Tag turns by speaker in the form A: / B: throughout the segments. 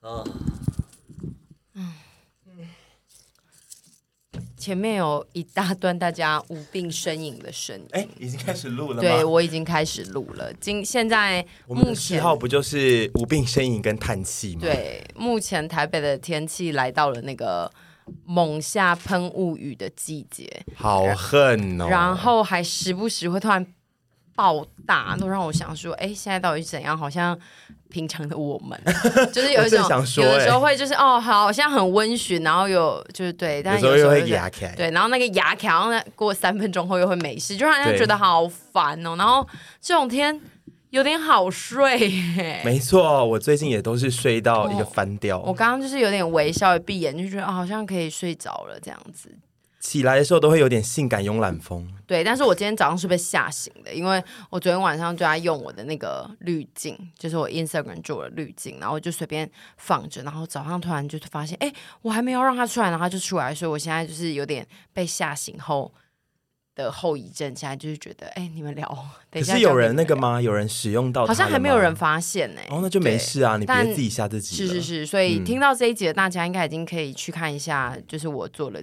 A: 啊，
B: 前面有一大段大家无病呻吟的声音。
C: 哎，已经开始录了吗？
B: 对，我已经开始录了。今现在
C: 我们
B: 目
C: 的嗜
B: 前
C: 好不就是无病呻吟跟叹气吗？，
B: 对目前台北的天气来到了那个猛下喷雾雨的季节，
C: 好恨哦。
B: 然后还时不时会突然爆大，都让我想说，哎，现在到底是怎样？好像平常的我 们，就是有一种
C: 我正想说
B: 有的
C: 哎
B: 时候会就是哦，好像很温驯，然后有就是对，但
C: 有
B: 是
C: 时候又
B: 有
C: 会
B: 就是
C: 牙开，
B: 对，然后那个牙卡，然后呢过三分钟后又会没事，就让人家
C: 对
B: 觉得好烦哦。然后这种天有点好睡耶。
C: 没错，我最近也都是睡到一个翻掉。
B: 哦我刚刚就是有点微笑，闭眼就觉得、啊好像可以睡着了这样子。
C: 起来的时候都会有点性感慵懒风。
B: 对，但是我今天早上是被吓醒的，因为我昨天晚上就在用我的那个滤镜，就是我 Instagram 做的滤镜，然后我就随便放着，然后早上突然就发现，哎，我还没有让它出来，然后它就出来，所以我现在就是有点被吓醒后的后遗症，现在就是觉得，哎，你们聊，等
C: 可
B: 一下
C: 是
B: 交
C: 有
B: 给
C: 人
B: 你
C: 那
B: 们
C: 个
B: 聊？
C: 吗？有人使用到它
B: 好
C: 了吗？
B: 像还没有人发现呢、
C: 哦，那就没
B: 对
C: 事啊，嗯你别
B: 但
C: 自己吓自己
B: 是
C: 了。
B: 是是，所以听到这一集的大家应该已经可以去看一下，就是我做了，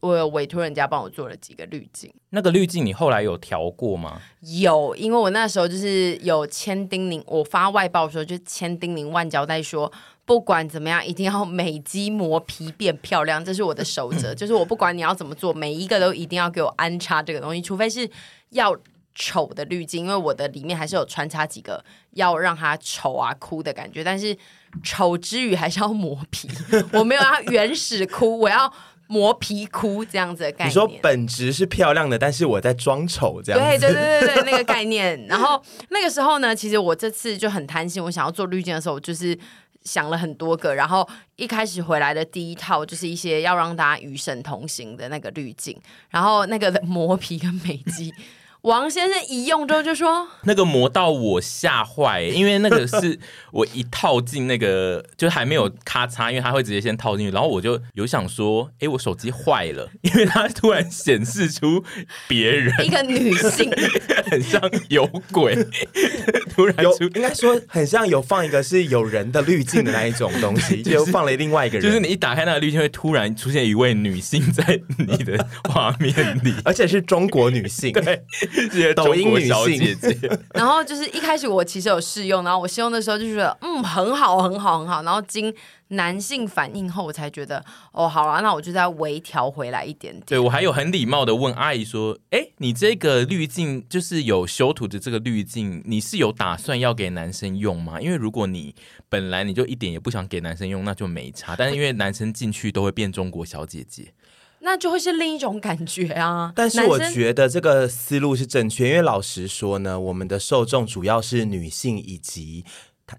B: 我有委托人家帮我做了几个滤镜。
D: 那个滤镜你后来有调过吗？
B: 有，因为我那时候就是有千叮咛，我发外报的时候就千叮咛万交代说，不管怎么样，一定要美肌磨皮变漂亮，这是我的守 则。就是我不管你要怎么做，每一个都一定要给我安插这个东西，除非是要丑的滤镜，因为我的里面还是有穿插几个要让它丑啊哭的感觉，但是丑之余还是要磨皮，我没有要原始哭，我要磨皮哭这样子的概念。
C: 你说本质是漂亮的，但是我在装丑这样子。
B: 对对对对对，那个概念。然后那个时候呢，其实我这次就很贪心，我想要做滤镜的时候，我就是想了很多个。然后一开始回来的第一套就是一些要让大家与神同行的那个滤镜，然后那个磨皮跟美肌。王先生一用之后就说
D: 那个磨到我吓坏、因为那个是我一套进那个， 就是还没有咔嚓，因为它会直接先套进去，然后我就有想说，诶，我手机坏了， 因为它突然显示出别人
B: 一个女性，
D: 很像有鬼， 突然
C: 有
D: 出，
C: 应该说很像有放一个是有人的滤镜的那一种东 西，就放了另外一个人，，
D: 就是你一打开那个滤镜，会突然出现一位女性在你的画面里
C: 而且是中国女 性，
D: 这些
C: 抖
D: 中
C: 音
D: 国
C: 女
D: 小
C: 性
D: 姐姐。
B: 然后就是一开始我其实有试用，然后我试用的时候就觉得嗯很好很好很好，然后经男性反应后我才觉得哦好了，那我就再微调回来一点点。
D: 对我还有很礼貌的问阿姨说：“哎，你这个滤镜就是有修图的这个滤镜，你是有打算要给男生用吗？因为如果你本来你就一点也不想给男生用，那就没差。但是因为男生进去都会变中国小姐姐，
B: 那就会是另一种感觉啊。
C: 但是我
B: 男生
C: 觉得这个思路是正确，因为老实说呢，我们的受众主要是女性以及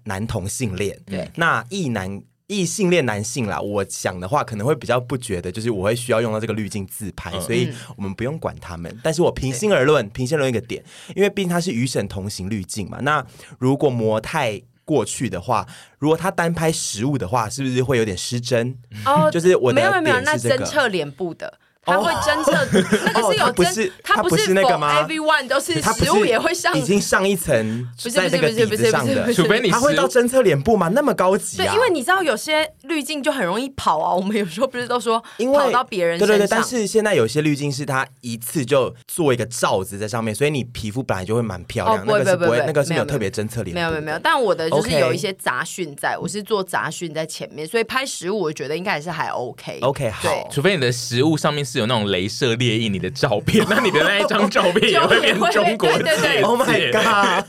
C: 男同性恋。
B: 对，
C: 那异男。异性恋男性啦，我想的话可能会比较不觉得，就是我会需要用到这个滤镜自拍，
B: 嗯
C: 所以我们不用管他们。但是我平心而论，平心而论一个点，因为毕竟它是与审同行滤镜嘛。那如果模太过去的话，如果他单拍实物的话，是不是会有点失真？
B: 哦
C: 就是我的
B: 没有没有没有，
C: 点
B: 那
C: 是这
B: 侦
C: 个
B: 测脸部的。他会侦测，那个
C: 哦
B: 是有
C: 它不
B: 侦
C: 是
B: 它
C: 它
B: 不
C: 不是那个吗
B: for Everyone 都是
C: 它不
B: 食
C: 是
B: 物也会上，
C: 已经上一层，
B: 不是
C: 在
B: 不是
C: 那个
B: 不是
C: 底
B: 不
C: 子
B: 是
C: 上
B: 不是
C: 的
B: 不，是，
D: 除非你
C: 他会到侦测脸部吗？那么高级
B: 对，
C: 啊？
B: 因为你知道有些滤镜就很容易跑啊。我们有时候不是都说
C: 因
B: 跑
C: 为
B: 到别人
C: 对
B: 身
C: 对
B: 上，
C: 对，但是现在有些滤镜是它一次就做一个罩子在上面，所以你皮肤本来就会蛮漂亮，
B: 哦不会
C: 那个是
B: 不会不会
C: 那个是
B: 没
C: 没
B: 有
C: 有特别侦测脸部的，
B: 没有没有没有。但我的就是
C: OK
B: 有一些杂讯在，我是做杂讯在前面，所以拍食物我觉得应该也是还 OK。
C: OK，
B: 对
C: 好，
D: 除非你的食物上面是有那种镭射列印你的照片，那你的那一张照片也会变中国
B: 就也会
D: 姐
B: 对对
D: 姐。
B: 对
C: Oh my god！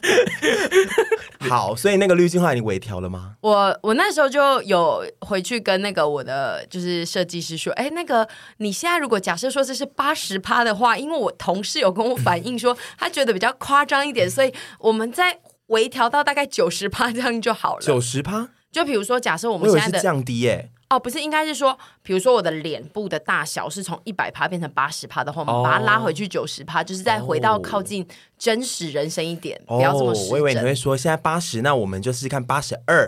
C: 好，所以那个滤镜后来你微调了吗？
B: 我我那时候就有回去跟那个我的就是设计师说，哎，那个你现在如果假设说这是八十趴的话，因为我同事有跟我反映 说，他觉得比较夸张一点，所以我们再微调到大概九十趴这样就好了。
C: 九十趴，
B: 就比如说，假设我
C: 我
B: 们
C: 以为
B: 现
C: 是
B: 在的
C: 降低耶、
B: 哦，不是，应该是说，比如说我的脸部的大小是从一百趴变成八十趴的话，我们
C: 哦
B: 把它拉回去九十趴，就是再回到
C: 哦
B: 靠近真实人生一点，
C: 哦，
B: 不要这么失
C: 我以为你
B: 真
C: 会 说现在八十，那我们就试试看八十二，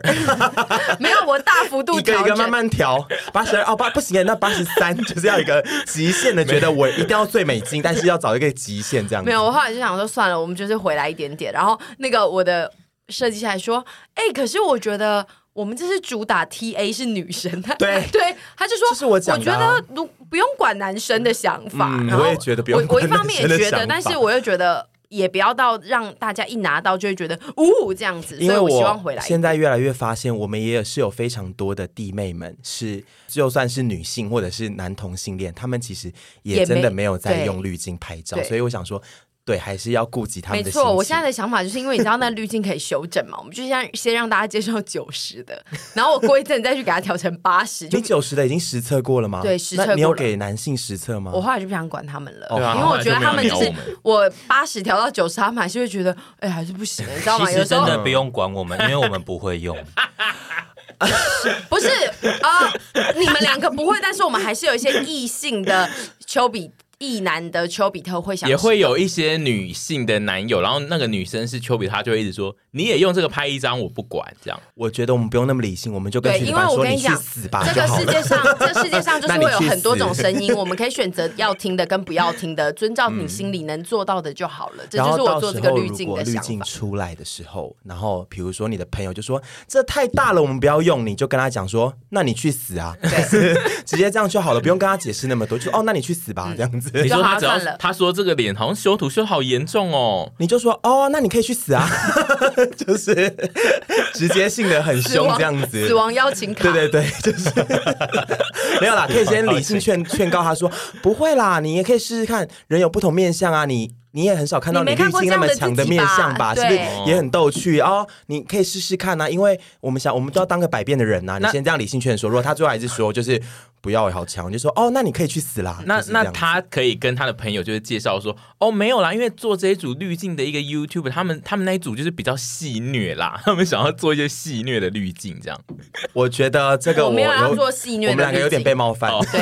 B: 没有，我大幅度
C: 一个
B: 调
C: 一个
B: 整
C: 慢。慢调，八十二哦，八不行耶，那八十三 就是要一个极限的，觉得我一定要最美金，但是要找一个极限这样子。
B: 没有，我后来就想说算了，我们就是回来一点点。然后那个我的设计师还说，哎、可是我觉得我们这是主打 T A 是女生，他
C: 对
B: 对，他就说，
C: 这是我讲的
B: 觉
C: 啊
B: 得不不用管男生的想法，
C: 嗯
B: 然后
C: 我也觉得不用
B: 我我
C: 管
B: 一方面
C: 男生的
B: 也觉得，
C: 想
B: 但
C: 法
B: 是我又觉得也不要到让大家一拿到就会觉得呜这样子，
C: 因
B: 所以
C: 为
B: 我希望回
C: 我
B: 来。
C: 现在越来越发现，我们也有是有非常多的弟妹们是，就算是女性或者是男同性恋，他们其实也
B: 也
C: 真的
B: 没
C: 没有在
B: 对
C: 用滤镜拍照，
B: 对
C: 所以我想说，对，还是要顾及他
B: 没
C: 们的心
B: 错，
C: 情。
B: 我现在的想法就是因为你知道那滤镜可以修整嘛，我们就先先让大家接受九十的，然后我过一阵再去给他调成八十，就
C: 你九十的已经实测过了吗？
B: 对实测
C: 那你有
B: 过了
C: 给男性实测吗？
B: 我后来就不想管他们了，
C: 哦
B: 因为我觉得他们就
D: 后来
B: 是
D: 就没有鸟
B: 我八十调到九十，他们还是会觉得，哎、还是不行，你知道
A: 其
B: 吗？有
A: 实
B: 时
A: 真
B: 候
D: 嗯
A: 的不用管我们，因为我们不会用。
B: 不是啊、你们两个不会，但是我们还是有一些异性的丘比异男的丘比特会想
D: 也会有一些女性的男友，然后那个女生是丘比特，她就会一直说你也用这个拍一张，我不管这样。
C: 我觉得我们不用那么理性，我们就跟
B: 对，
C: 群
B: 因
C: 主
B: 为我
C: 说
B: 跟
C: 你
B: 你
C: 去
B: 讲
C: 死吧，
B: 这
C: 就
B: 个
C: 好
B: 世界
C: 了。
B: 上， 这世界上就是
C: 那你
B: 会有
C: 去
B: 很多
C: 死
B: 种声音，我们可以选择要听的跟不要听的，遵照你心里能做到的就好了。这
C: 嗯然
B: 就
C: 后
B: 是我
C: 到
B: 做
C: 时
B: 这个
C: 候
B: 滤
C: 如
B: 镜
C: 果
B: 的
C: 滤
B: 想
C: 镜
B: 法。
C: 出来的时候，然后比如说你的朋友就说这太大了，我们不要用，你就跟他讲说，那你去死啊， 直接这样就好了，不用跟他解释那么多，就哦，那你去死吧，这样
D: 你
C: 子，
D: 说她
B: 就
D: 只
B: 好像
D: 要
B: 算了
D: 她说这个脸好像修图修得好严重哦，
C: 你就说哦，那你可以去死啊， 就是直接性的 很
B: 死
C: 凶
B: 亡
C: 这样子，
B: 死亡邀请卡，
C: 对对 对，就是没有啦，可以先理性劝劝告他说，不会啦，你也可以试试看，人有不同面相啊，你你也很少看到
B: 你没
C: 滤
B: 看过
C: 镜那么
B: 这样的
C: 强
B: 自己
C: 面相
B: 吧
C: 吧？是不是
B: 对
C: 也很逗趣哦？你可以试试看啊，因为我们想，我们都要当个百变的人啊呐、你
D: 那
C: 先这样理性劝说，如果他最后还是说就是不要也好强，你就说哦，那你可以去死啦。
D: 那
C: 就是这
D: 那
C: 样
D: 她可以跟她的朋友就是介绍说，哦没有啦，因为做这一组滤镜的一个 YouTube，他们他们那一组就是比较戏虐啦， 他们想要做一些戏虐的滤镜这样。
C: 我觉得这个
B: 我
C: 我
B: 没有要
C: 有
B: 做戏虐
C: 我
B: 的
C: 们两个有点
B: 滤镜
C: 被冒犯。
B: 对。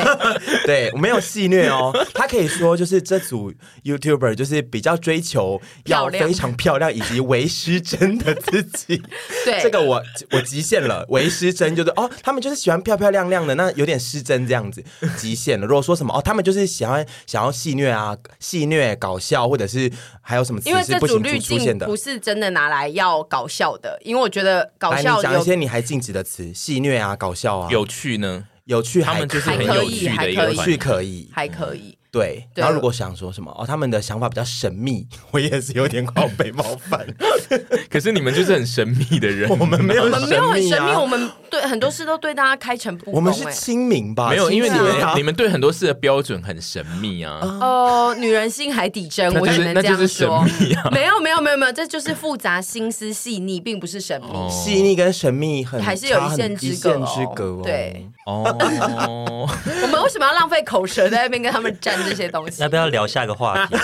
C: 对，我没有戏虐 哦。他可以说，就是这组 YouTuber 就是比较追求
B: 漂
C: 要
B: 亮
C: 非常漂亮以及为失真的自己。
B: 对
C: 这个我我极限了，为失真就是哦，他们就是喜欢漂漂亮亮的，那有点失真这样子，极限了。如果说什么哦，他们就是喜欢想要戏虐啊，戏虐搞笑，或者是还有什么词
B: 因为
C: 是
B: 这
C: 不
B: 组
C: 行
B: 滤
C: 出现
B: 镜
C: 的
B: 不。是真的拿来要搞笑的，因为我觉得搞
C: 来，你
B: 笑
C: 讲一
B: 有
C: 些你还禁止的词，戏虐啊，搞笑啊，
D: 有趣呢，
C: 有趣还，
D: 他们就是很
B: 还可
D: 有
B: 以
D: 趣的
B: 还
D: 一
B: 可以
D: 个
C: 有
D: 团
C: 趣
D: 体。
C: 可以，
B: 还可以。
C: 对，
B: 对
C: 然后如果想说什么哦，他们的想法比较神秘， 我也是有点好被冒犯。
D: 可是你们就是很神秘的人，
C: 我们没有
B: 我们没有很神秘，
C: 啊
B: 我们对很多事都对大家开诚布公、欸。
C: 我们是亲民吧？
D: 没有，因为你们、
C: 亲民啊
D: 你们对很多事的标准很神秘啊。
B: 哦，女人心海底 针，
D: 那
B: 我
D: 就
B: 只
D: 是
B: 能
D: 那
B: 这
D: 就
B: 样
D: 是
B: 说
D: 神秘。
C: 啊
D: 啊
B: 没有没有没有没有，这就是复杂、心思细腻，并不是神秘。
D: 哦
C: 细腻跟神秘很
B: 还是有
C: 嗯差
B: 一
C: 很
B: 线之
C: 一
B: 隔
C: 线
B: 哦
C: 之隔哦。
B: 对，
D: 哦，
B: 我们为什么要浪费口舌在那边跟他们战这些东西
A: 要？不要聊下个话题？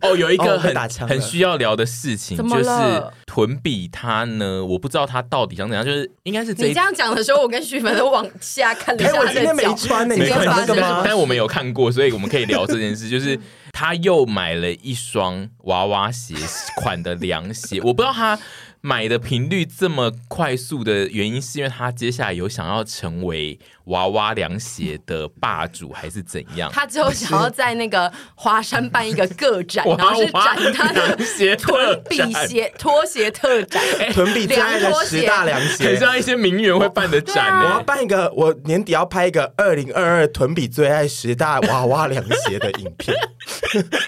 D: 哦，有一
C: 哦
D: 个
C: 我被
D: 很、
C: 打枪了
D: 很需要聊的事情，
B: 怎么
D: 就
B: 了
D: 是屯比他呢，我不知道他到底想怎样，就是应该是这
B: 你
D: 一
B: 这。样讲的时候，我跟徐凡都往下看了一
C: 哎，
B: 下
C: 我
B: 他
C: 今天
B: 的
C: 没
B: 脚。
C: 穿呢，
B: 你
C: 你
D: 没
B: 今
C: 看
B: 天
C: 你
B: 发
C: 那
B: 生
C: 个
B: 什么事？
C: 吗
D: 但我们有看过，所以我们可以聊这件事。就是他又买了一双娃娃鞋款的凉鞋，我不知道他买的频率这么快速的原因，是因为他接下来有想要成为娃娃凉鞋的霸主，还是怎样？
B: 他之后想要在那个华山办一个个
D: ，
B: 展
D: 哇
B: 然后是展他的
D: 凉鞋
B: 臀比
D: 特展
B: 鞋拖鞋特展。哎
C: 屯比最爱的十大凉
D: 很
C: 鞋。
D: 像一些名媛会办的展、
C: 我
D: 欸
B: 啊
C: 要办一个，我年底要拍一个二零二二屯比最爱十大娃娃凉鞋的影片，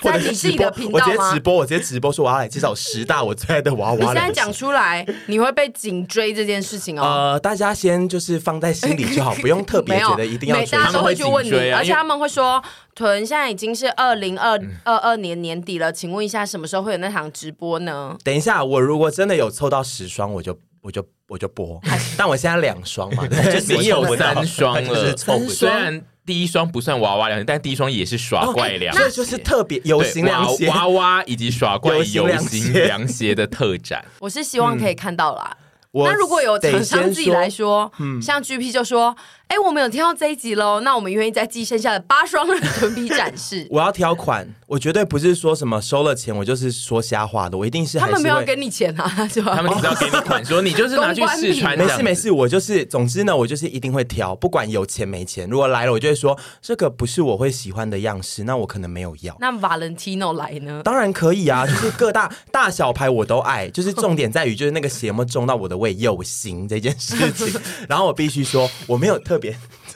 C: 或
B: 在
C: 者是
B: 你自
C: 直
B: 己的
C: 播
B: 频，
C: 我
B: 道
C: 直接
B: 吗
C: 直播，我直接直播说我要来介绍十大我最爱的娃
B: 你
C: 娃
B: 现在
C: 凉鞋
B: 讲。出来，你会被紧追这件事情哦。
C: 呃，大家先就是放在心里 就好，不用特别
B: 没有，
C: 觉得一定要
B: 每
C: 追
B: 大家
D: 他们
B: 都
D: 会
B: 去问你
D: 紧追，啊
B: 而且
D: 因为嗯
B: 他们会说，屯现在已经是二零二二二年年底了，请问一下什么时候会有那场直播呢？
C: 等一下，我如果真的有凑到十双，我就我就我 就播。但我现在两双嘛，对
D: 你有三双
C: 就
D: 了
C: 是，凑不到
D: 虽然第一双不算娃娃凉鞋，但第一双也是耍怪凉鞋，
C: 这就是特别有
D: 对
C: 型凉鞋。
D: 娃娃娃以及耍怪
C: 有型
D: 游
C: 凉
D: 行
C: 鞋
D: 凉鞋的特 展。
B: 我是希望
D: 嗯
B: 可以看到啦。
C: 我
B: 那如果有
C: 得
B: 厂商
C: 先嗯
B: 自己来说，像 GP 就说：“哎、我们有听到这一集喽，那我们愿意再寄剩下的八双的臀皮展示。”
C: 我要挑款，我绝对不是说什么收了钱我就是说瞎话的， 我一定是
B: 他
C: 还
B: 们
C: 是
B: 没有
C: 会。
B: 给你钱啊， 是吧？
D: 他们只是要给你款，说你就是拿去试 穿这
C: 没
D: 样
C: 事
D: 子。
C: 哦没事，我就是，总之呢，我就是一定会挑，不管有钱没钱。如果来了，我就会说这个不是我会喜欢的样式，那我可能没有要。
B: 那 Valentino 来呢？
C: 当然可以啊，就是各大大小牌我都爱，就是重点在于就是那个鞋有没有中到我的谓有型这件事情。然后我必须说，我没有特别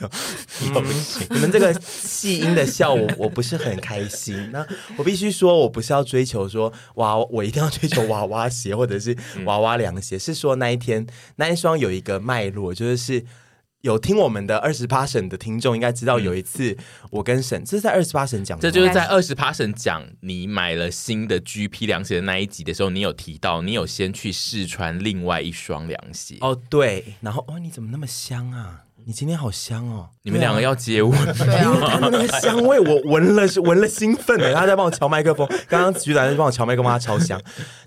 C: 有型，你们这个细音的笑我我不是很开心。那我必须说，我不是要追求说娃，我一定要追求娃娃鞋或者是娃娃凉鞋，是说那一天那一双有一个脉络，就是是。有听我们的二十八省的听众应该知道，有一次我跟沈，这是在二十八省讲的
D: 这
C: 吗，
D: 就是在二十 p a 讲你买了新的 GP 凉鞋的那一集的时候，你有提到你有先去试穿另外一双凉鞋。
C: 哦，对，然后哦，你怎么那么香啊？你今天好香哦！
D: 你们两个要接吻，
B: 对
C: 因为
B: 啊，
C: 他们那个香味，我闻了是闻了兴奋的，他在帮我敲麦克风，刚刚局长在帮我敲麦克风，他超香。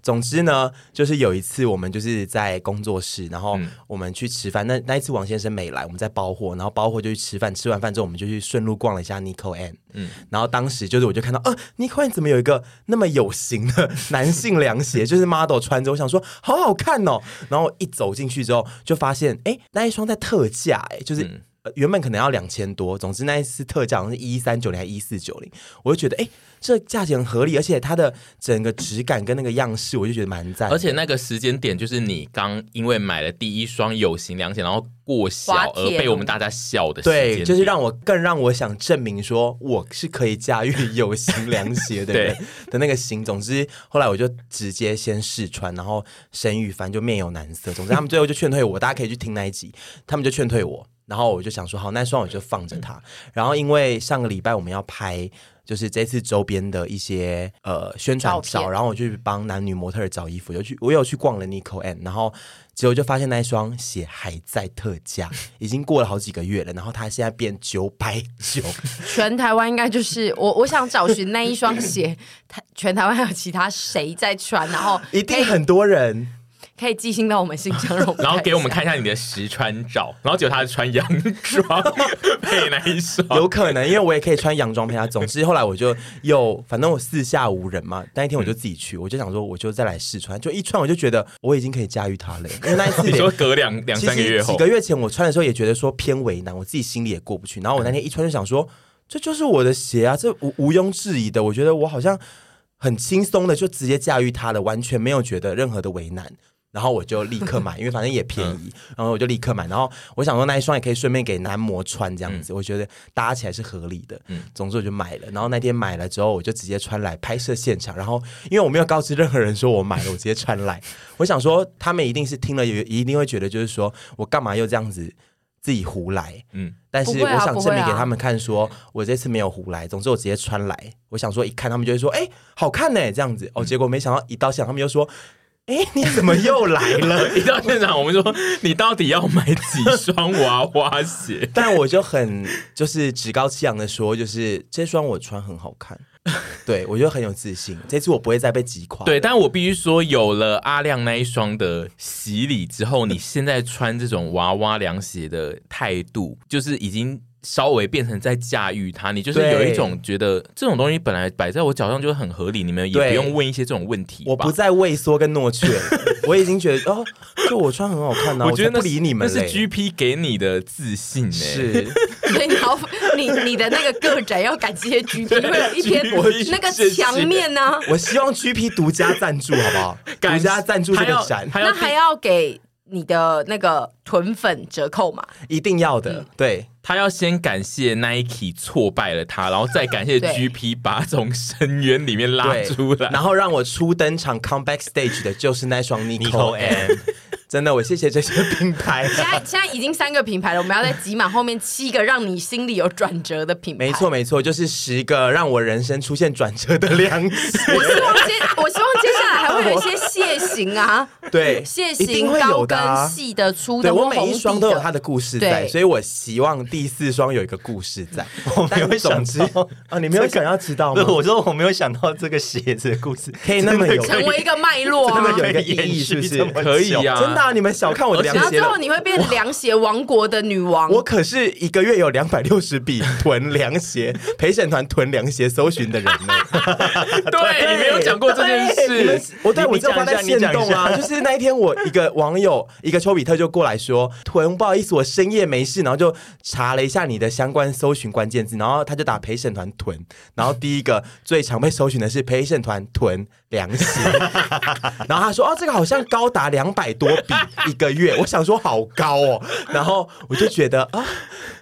C: 总之呢，就是有一次我们就是在工作室，然后我们去吃饭，那那一次王先生没来，我们在包货，然后包货就去吃饭，吃完饭之后我们就去顺路逛了一下 Nico N，嗯，然后当时就是我就看到啊，Nico N 怎么有一个那么有型的男性凉鞋， 就是 model 穿着，我想说好好看哦，然后一走进去之后就发现，哎，那一双在特价，哎，就是。呃原本可能要两千多，总之那一次特价好像是一三九零还一四九零，我就觉得哎、诶这价钱很合理，而且它的整个质感跟那个样式，我就觉得蛮赞的。
D: 而且那个时间点就是你刚因为买了第一双有型凉鞋，然后过小
B: 滑
D: 而
B: 铁
D: 被我
B: 卢
D: 们大家笑的时间
C: 对，
D: 点
C: 就是让我更让我想证明说我是可以驾驭有型凉鞋的 人的那个型。总之，后来我就直接先试穿，然后沈宇凡就面有难色。总之，他们最后就劝退我，大家可以去听那一集，他们就劝退我。然后我就想说，好，那双我就放着它。然后因为上个礼拜我们要拍。就是这次周边的一些呃宣传
B: 照片
C: 照，然后我就去帮男女模特儿找衣服，有去我有去逛了 Nico N，然后结果就发现那一双鞋还在特价，已经过了好几个月了，然后它现在变九百九，
B: 全台湾应该就是我，我想找寻那一双鞋， 他全台湾还有其他谁在穿，然后
C: 一定很多人。
B: 可以寄信到我们信箱，让我们
D: 然后给我
B: 一
D: 们
B: 下
D: 看一下你的实穿照，然后结果他是穿洋装 配那一双，
C: 有可能，因为我也可以穿洋装陪他。总之，后来我就又，反正我四下无人嘛。那一天我就自己去，我就想说，我就再来试穿，就一穿我就觉得我已经可以驾驭它了。因为那一次
D: 你
C: 连
D: 说隔两两
C: 其
D: 三个
C: 实
D: 月
C: 几
D: 后
C: 个，月前我穿的时候也觉得说偏为难，我自己心里也过不去。
D: 嗯
C: 然后我那天一穿就想说，这就是我的鞋啊，这无毋庸置疑的。我觉得我好像很轻松的就直接驾驭它了，完全没有觉得任何的为难。然后我就立刻 买，因为反正也便宜，然后我就立刻买。然后我想说那一哎双也可以顺便给男模穿这样子，我觉得搭起来是合理的。总之我就买了。然后那天买了之后，我就直接穿来拍摄现场。然后因为我没有告知任何人说我买了，我直接穿来。 我想说他们一定是听了也一定会觉得就是说我干嘛又这样子自己胡来。
D: 嗯，
C: 但是
B: 不
C: 我
B: 会啊
C: 想证明
B: 不
C: 给
B: 会啊
C: 他们看说，我这次没有胡来。总之我直接穿来，我想说一看他们就会说，哎、好看呢、这样子。哦，结果没想到一到现场他们又说，哎、你怎么又来了？？
D: 一到现场我们说你到底要买几双娃娃鞋
C: 但我就很就是趾高气扬的说，就是这双我穿很好 看，对我就很有自信。这次我不会再被击垮。
D: 对，但我必须说，有了阿亮那一双的洗礼之后，你现在穿这种娃娃凉鞋的态度，就是已经稍微变成在驾驭它。你就是
C: 对
D: 有一种觉得这种东西本来摆在我脚上就是很合理，你们也
C: 对
D: 不用问一些这种问题吧。
C: 我不再畏缩跟懦 怯了，我已经觉得哦，就我穿很好看呐、
D: 我觉得
C: 才
D: 那
C: 不
D: 是
C: 理你们
D: 那是
C: 嘞。
D: GP 给你的自信呢、欸
C: 是，
B: 所以你要你你的那个个展要感谢 GP，会 有一篇
D: 谢谢
B: 那个墙面啊呢、
C: 我希望 GP 独家赞助好不好？独
D: 感
C: 家赞助这
D: 他
C: 个
D: 要
C: 展，
D: 他要
B: 那还要给你的那个臀粉折扣 嘛？
C: 一定要的。
D: 嗯
C: 对，
D: 他要先感谢 Nike 挫败了他，然后再感谢
B: 对
D: GP 把他从深渊里面拉
C: 对
D: 出来。
C: 然后让我初登场 comeback stage 的就是那双 Nico
A: Nico
C: N，真 的，我谢谢这些品牌。
B: 现在现在已经三个品牌了，我们要再挤满后面七个让你心里有转折的品牌。
C: 没错，没错，就是十个让我人生出现转折的良
B: 我
C: 鞋。
B: 希望接 我希望接下来还会有一些蟹型啊，
C: 对，
B: 蟹
C: 一定
B: 型
C: 会
B: 高
C: 有的、啊
B: 跟。细的、粗
C: 对
B: 的，
C: 我
B: 或
C: 每
B: 红
C: 一
B: 底
C: 双都有它的故事在，
B: 对
C: 所以我希望第四双有一个故事 在。
A: 我没有
C: 但总
A: 想
C: 之
A: 到
C: 啊，你没有想要知道
A: 不
C: 吗
A: 是，？我说我没有想到这个鞋子的故事
C: 可以那么有
B: 成为一个脉络
C: 真
B: 啊
C: 的。有
A: 可
C: 一个
A: 以
C: 意
A: 延
C: 义，是
A: 续
C: 不是
A: 这？么久
D: 可以啊
C: 真的、啊，你们小看我的
B: 然
C: 凉
B: 后
C: 鞋
B: 最后
C: 了。
B: 你会变凉鞋王国的女王，
C: 我可是一个月有两百六十笔囤凉鞋，陪审团囤凉鞋搜寻的人呢。
D: 对 你没有讲过这件
C: 你们
D: 事，
C: 我但
A: 你
C: 我这发在
A: 你讲
C: 线
A: 一下
C: 动啊， 就是那一天我一个网友一个丘比特就过来说，屯不好意思，我深夜没事，然后就查了一下你的相关搜寻关键字，然后他就打陪审团屯，然后第一个最常被搜寻的是陪审团屯良心。然后他说：“哦，这个好像高达两百多笔一个月。”我想说好高哦，然后我就觉得啊，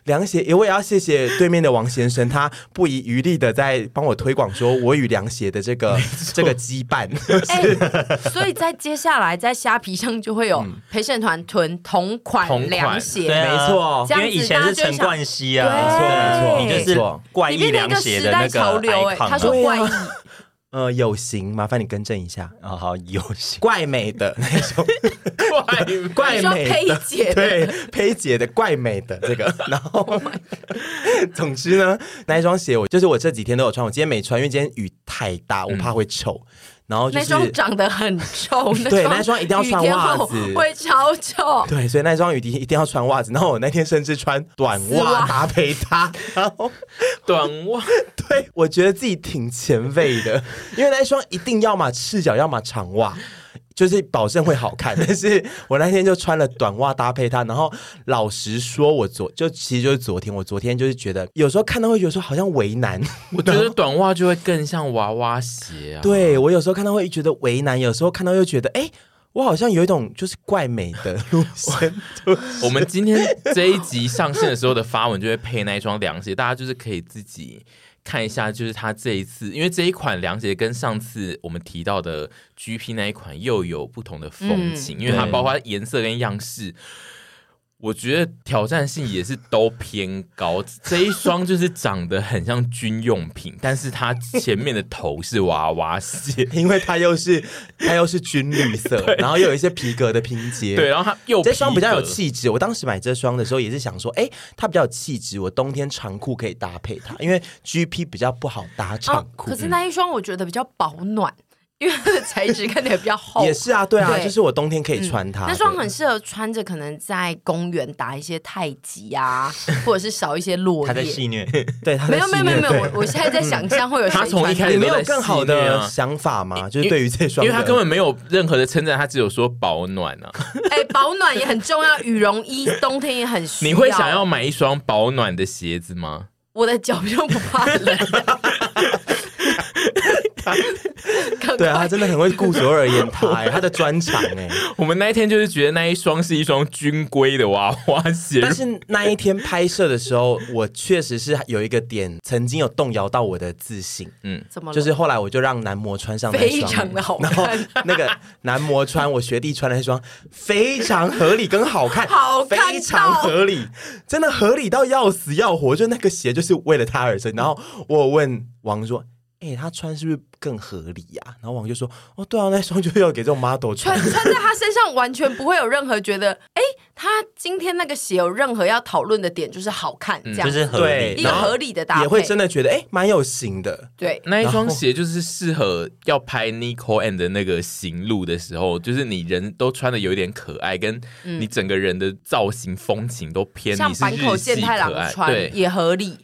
C: 凉鞋，也我也要谢谢对面的王先生，他不遗余力的在帮我推广说我与凉鞋的这个这个羁绊。
B: 哎、所以在接下来在虾皮上就会
C: 嗯
B: 有陪审团囤同
D: 同
B: 款
D: 款
B: 凉
A: 对
B: 鞋，
A: 啊
C: 没错
B: 这样
A: 因
B: 子
A: 为以前是陈冠希啊，
B: 大家
C: 就会想对
A: 没错没错，你就是怪
B: 你
A: 异
B: 变成一
A: 凉
B: 个
A: 鞋
B: 时
A: 的
B: 代
A: 那个
B: 潮流哎、
A: icon
B: 他说
A: 啊
C: 对
B: 怪
C: 啊
B: 异，
C: 呃，有型，麻烦你更正一下，
A: 哦好有型，
C: 怪美 的那种，
D: 怪
C: 怪
B: 你说
C: 美
B: 佩
C: 的。
B: 姐的
C: 对，佩姐的怪美 的这个，然后， 总之呢，那一双鞋我就是我这几天都有穿，我今天没穿，因为今天雨太大，我怕会臭。然后就
B: 嗯那
C: 是
B: 双长得很臭，
C: 对那双一定要穿
B: 雨天
C: 袜
B: 后
C: 子
B: 会超臭。
C: 对，所以那双雨衣一定要穿袜子。然后我那天甚至穿短
B: 丝袜
C: 袜搭配它，然后
D: 短袜，
C: 对我觉得自己挺前卫的， 因为那一双一定要么赤脚，要么长袜。就是保证会好 看，但是我那天就穿了短袜搭配它，然后老实说，我昨就其实就是昨天，我昨天就是觉得有时候看到会觉得说好像为难，
D: 我觉得短袜就会更像娃娃鞋啊。
C: 对我有时候看到会觉得为难，有时候看到又觉得哎、诶我好像有一种就是怪美的路线，
D: 我们今天这一集上线的时候的发文就会配那一双凉鞋，大家就是可以自己看一下，就是它这一次，因为这一款凉鞋跟上次我们提到的 GP 那一款又有不同的风情，因为它
C: 对
D: 包括颜色跟样式。我觉得挑战性也是都偏高，这一双就是长得很像军用品，但是它前面的头是娃娃鞋，
C: 因为它又是它又是军绿 色，然后又有一些皮革的拼接，
D: 对，然后它又
C: 这双比较有
D: 皮革
C: 气质。我当时买这双的时候也是想说，哎，它比较有气质，我冬天长裤可以搭配它，因为 GP 比较不好
B: 哦
C: 搭长裤。
B: 可是那一双我觉得比较保暖，因为它的材质看起来比较厚。
C: 也是啊，对啊，
B: 哦对嗯
C: 就是我冬天可以穿它。
B: 那双
C: 对
B: 很适合穿着，可能在公园打一些太极啊，或者是扫一些落
A: 他在
B: 叶。
A: 戏虐，
C: 对，它
B: 没有没有没有没有，
C: 对
B: 我我现在在想象会有谁
D: 他从一
B: 穿
D: 开
C: 你
D: 始
C: 没
D: 都在
C: 有更好
D: 戏虐啊
C: 的想法吗？就是对于这双
D: 因
C: 的，
D: 为他根本没有任何的称赞，他只有说保暖啊。
B: 哎、保暖也很重要，羽绒衣冬天也很需
D: 你会想要买一双保暖的鞋子吗？
B: 我的脚就不怕冷。赶
C: 对啊，
B: 快
C: 他真的很会顾左耳言他， 哎，他的专长哎。
D: 我们那一天就是觉得那一双是一双军规的娃娃鞋，
C: 但是那一天拍摄的时候，我确实是有一个点曾经有动摇到我的自信，
B: 怎么了
C: 就是后来我就让男模穿上那
B: 非
C: 双
B: 常的好
C: 然后
B: 看，
C: 那个男模穿我学弟穿的那双非常合理跟好看，
B: 好看到
C: 非常合理，真的合理到要死要活，就那个鞋就是为了他而生。然后我有问王说。哎、他穿是不是更合理呀、然后王就说：“哦，对啊，那双就是要给这种 model
B: 穿
C: 穿。
B: 穿在他身上完全不会有任何觉得，哎、他今天那个鞋有任何要讨论的点，就是好看这样，
A: 就是合
C: 对
A: 理
B: 一
A: 的
B: 个
C: 然后
B: 合理的搭配，
C: 也会真的觉得哎，诶蛮、有型的。
B: 对。
D: 那一双鞋就是适合要拍 Nico and 的那个行路的时候，就是你人都穿的有一点可爱，跟你整个人的造型风情都
B: 嗯
D: 偏
B: 像
D: 你是
B: 坂口
D: 日
B: 健
D: 系
B: 太
D: 可
B: 郎
D: 爱，
B: 穿
D: 对。
B: 也合理，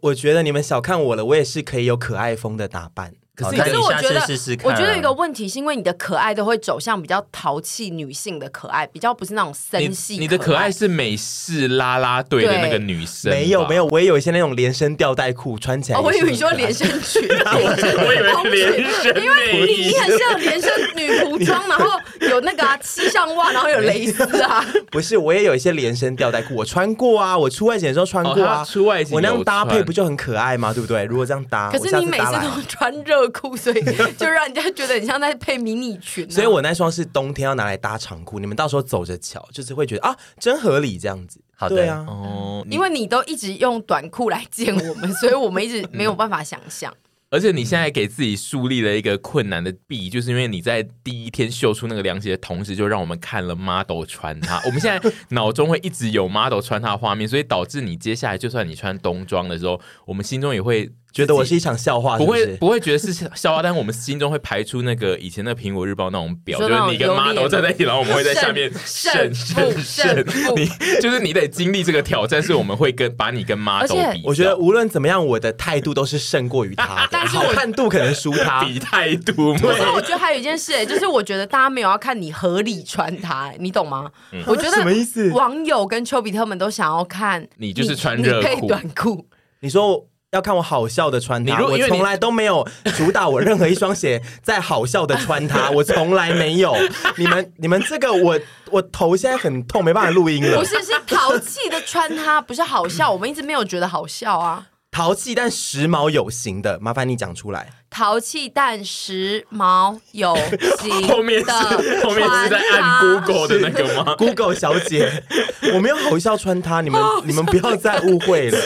C: 我觉得你们小看我了，我也是可以有可爱风的打扮。
A: 可
D: 是
A: 那
B: 可是
A: 你
B: 我
A: 下
B: 觉
A: 次
B: 得，
A: 试试看
B: 我
A: 啊。
B: 觉得有一个问题是因为你的可爱都会走向比较淘气女性的可爱，比较不是那种
D: 你
B: 森系
D: 你的可
B: 可
D: 爱是美式啦啦队的那
B: 对
D: 个女生，
C: 没有没有，，我也有一些那种连身吊带裤穿起来
B: 哦，
C: 也是
B: 我以为
C: 很可爱。
B: 你说连身裙，连身
D: 我以为连
B: 裙
D: 身
B: 因为
D: 内
B: 你
D: 衣
B: 你很适合连身女仆装，然后有那个啊七上袜，然后有蕾丝 啊，
C: 不是，我也有一些连身吊带裤，我穿过啊，我出外景的时候穿过
D: 哦他
C: 啊。
D: 出外景有
C: 我那样搭配
D: 穿
C: 不就很可爱吗？对不对？如果这样搭，
B: 可
C: 我
B: 是
C: 下
B: 你
C: 次
B: 每
C: 搭啊
B: 次
C: 来
B: 都穿热裤，所以就让人家觉得你像在配迷你裙啊。
C: 所以我那双是冬天要拿来搭长裤，你们到时候走着瞧，就是会觉得啊，真合理这样子。
A: 好的
C: 对啊，
D: 哦，你
B: 因为你都一直用短裤来见我们，所以我们一直没有办法想 象。
D: 而且你现在给自己树立了一个困难的壁，就是因为你在第一天秀出那个凉鞋的同时，就让我们看了 model 穿它。我们现在脑中会一直有 model 穿它的画面，所以导致你接下来就算你穿冬装的时候，我们心中也会
C: 觉得我是一场笑话，
D: 不
C: 是
D: 会
C: 是
D: 不会觉得是笑话，但是我们心中会排出那个以前那《苹果日报》那种表，
B: 你说
D: 就
B: 那
D: 是
B: 种
D: 你跟
B: 优劣
D: model 站在一起，然后我们会在下面
B: 胜
D: 胜
B: 胜
D: 胜
B: 胜负
D: 你 就是你得经历这个挑战，是我们会跟把你跟 model
B: 且
D: 比较，
C: 我觉得无论怎么样，我的态度都是胜过于他的，
B: 但是我
C: 好看度可能输 他。
D: 比态度嘛。
B: 可是我觉得还有一件事、欸，就是我觉得大家没有要看你合理穿搭、欸你懂吗？我觉得
C: 啊什么意思
B: 网友跟丘比特们都想要看
D: 你就是穿
B: 你
D: 热裤
B: 配短裤，
C: 你说要看我好笑的穿
D: 你
C: 搭，
D: 如
C: 我
D: 因为你
C: 从来都没 有主打我任何一双鞋在好笑的穿 它，我从来没有。你们你们这个我我头现在很痛，没办法录音 了
B: 不。是，是淘气的穿它，不是好笑。我们一直没有觉得好笑啊。
C: 淘气但时髦有型的，麻烦你讲出来。
B: 淘气但时髦有型的
D: 后面是后面是在按 Google 的那个吗？
C: Google 小姐，我没有好笑穿它，你们
D: 哦
C: 你们不要再误会 了，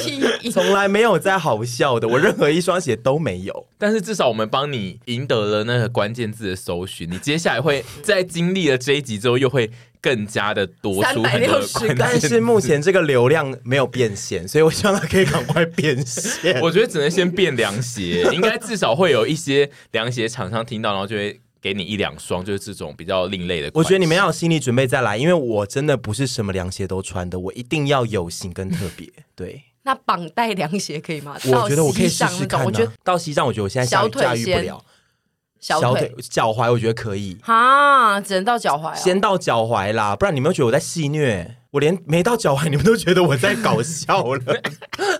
C: 从来没有在好笑的，我任何一双鞋都没有。
D: 但是至少我们帮你赢得了那个关键字的搜寻，你接下来会在经历了这一集之后，又会更加的多出很多的
B: 360
D: 关键字
C: 但是目前这个流量没有变现，所以我希望它可以赶快变现。
D: 我觉得只能先变凉鞋，应该至少会有一些凉鞋厂商听到，然后就会给你一两双，就是这种比较另类的款式。
C: 我觉得你们要有心理准备再来，因为我真的不是什么凉鞋都穿的，我一定要有型跟特 别。对，
B: 那绑带凉鞋可以吗？
C: 我觉得我可以
B: 到膝
C: 试
B: 上
C: 试
B: 那种，
C: 看、啊。
B: 我觉得
C: 到西藏，我觉得我现在驾
B: 小
C: 驭
B: 腿
C: 驾驭不
B: 先
C: 了，
B: 小
C: 小
B: 腿
C: 脚踝我觉得可以，
B: 啊，只能到脚踝、哦。
C: 先到脚踝啦，不然你们都觉得我在戏虐。我连没到脚踝，你们都觉得我在搞 笑了，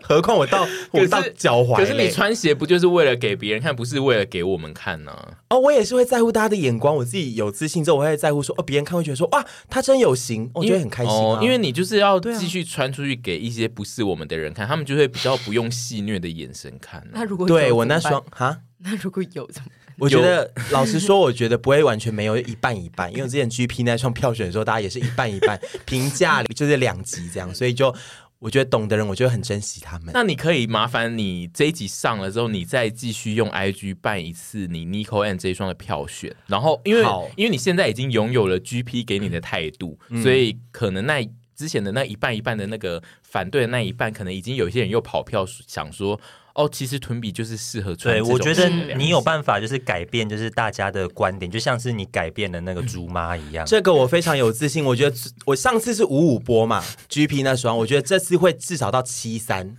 C: 何况我到
D: 可
C: 我
D: 是
C: 到脚踝
D: 可
C: 嘞
D: 是你穿鞋不就是为了给别人看，不是为了给我们看呢、
C: 哦，我也是会在乎大家的眼光，我自己有自信之后，我会在乎说哦，别人看会觉得说哇，他真有型，我觉得很开心、啊
D: 哦，因为你就是要
C: 对啊
D: 继续穿出去给一些不是我们的人看，他们就会比较不用戏虐的眼神看啊、
B: 哦那如果有
C: 对我
B: 怎么
C: 那
B: 办
C: 双，哈。
B: 那如果有怎么办？
C: 我觉得，老实说，我觉得不会完全没有，一半一半。因为我之前 GP 那双票选的时候，大家也是一半一 半，评价就是两极这样，所以就我觉得懂的人，我就会很珍惜他们。
D: 那你可以麻烦你这一集上了之后，你再继续用 IG 办一次你 Nico and 这一双的票选，然后因为
C: 好嗯
D: 因为你现在已经拥有了 GP 给你的态度，所以可能那之前的那一半一半的那个反对的那一半，可能已经有一些人又跑票想说，哦，其实屯比就是适合穿
A: 对，
D: 这种
A: 我觉得
D: 型的
B: 嗯
D: 凉
A: 你有
D: 鞋
A: 办法，就是改变，就是大家的观点，就像是你改变了那个猪妈一样。
C: 这个我非常有自信，我觉得我上次是五五波嘛，GP 那双，我觉得这次会至少到七三，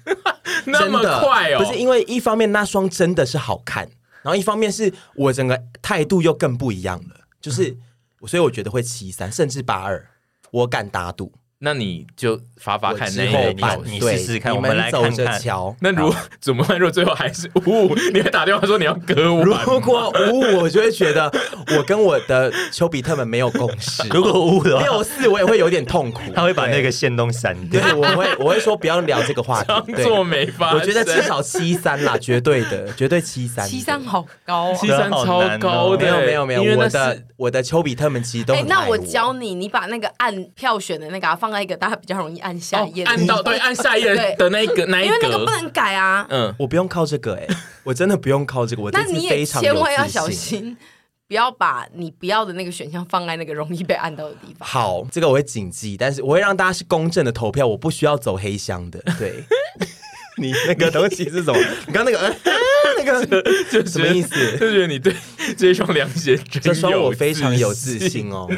D: 那么
C: 真的
D: 快哦，
C: 不是因为一方面那双真的是好看，然后一方面是我整个态度又更不一样了，就是所以我觉得会七三甚至八二，我敢打赌。
D: 那你就罚罚看那
C: 之
D: 一
C: 后
D: 个
A: 你
C: 办，
A: 你
C: 对
A: 试试看
C: 你
A: 我们来看
C: 走
A: 看
C: 着瞧。
D: 那如 怎么办？如果最后还是五五，你会打电话说你要割 我？
C: 如果五五，我就会觉得我跟我的丘比特们没有共识。
A: 如果污的话，
C: 六四，我也会有点痛苦。
A: 他会把那个线都删
C: 对，
A: 掉。
C: 对我会我会说不要聊这个 话
D: 当
C: 题。对，
D: 做没发生。
C: 我觉得至少七三啦，绝对的，绝对七三。
B: 七三好高、哦
D: 七。三超高的，
C: 没有哦没有没有，
D: 因为那
C: 我
D: 是
C: 的我的丘比特们其实都
B: 哎、
C: 很
B: 那
C: 爱
B: 我
C: 我
B: 教你，你把那个按票选的那个、啊、放在一个大家比较容易按下
D: 哦
B: 一页、的
D: 按到对，按下一页
B: 对
D: 的那一个那一
B: 因为那个不
D: 格，
B: 能改啊。
D: 嗯，
C: 我不用靠这个哎，我真的不用靠这个，我
B: 那
C: 这次
B: 你也
C: 非常有
B: 千万要
C: 自
B: 小心，不要把你不要的那个选项放在那个容易被按到的地方。
C: 好，这个我会谨记，但是我会让大家是公正的投票，我不需要走黑箱的。对，你那个东西是什么？你刚刚那个，呃、那个
D: 就
C: 什么意思？
D: 就觉得你对这双凉鞋真
C: 这双我
D: 自
C: 非常有
D: 信
C: 自，信哦。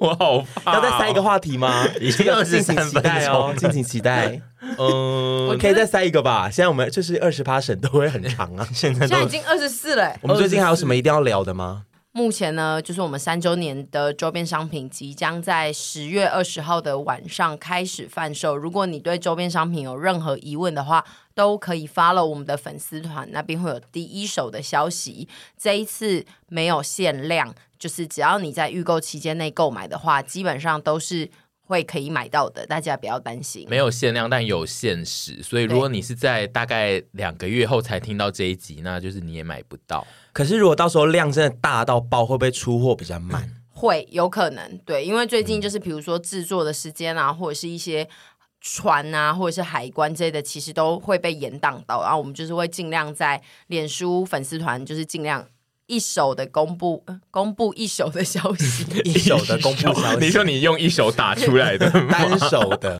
D: 我好怕。
C: 要再塞一个，话题吗？
A: 已经
C: 敬
A: 23
C: 请期待哦，
A: 分钟
C: 敬请期待。
D: 嗯，
B: 我
C: 可以
B: 觉
C: 再
B: 得
C: 塞一个吧。现在我们就是二十八省都会 很长啊。
A: 现在
B: 现在
A: 都
B: 已经二十四了、哎
C: 我们最近还有什么一定要聊的吗？
B: 目前呢，就是我们三周年的周边商品即将在十月二十号的晚上开始贩售。如果你对周边商品有任何疑问的话，都可以 follow 我们的粉丝团，那边会有第一手的消息。这一次没有限量，就是只要你在预购期间内购买的话，基本上都是会可以买到的，大家不要担心。
D: 没有限量，但有限时，所以如果你是在大概两个月后才听到这一集，那就是你也买不到。
C: 可是如果到时候量真的大到爆，会不会出货比较慢？
B: 会有可能对，因为最近就是比如说制作的时间啊，或者是一些船啊，或者是海关之类的，其实都会被延档到。然后我们就是会尽量在脸书粉丝团，就是尽量一手的公布、 呃公布一手的消息。
C: 一手的公布消
D: 你
C: 息，
D: 说你用一手打出来的吗
C: 单手的。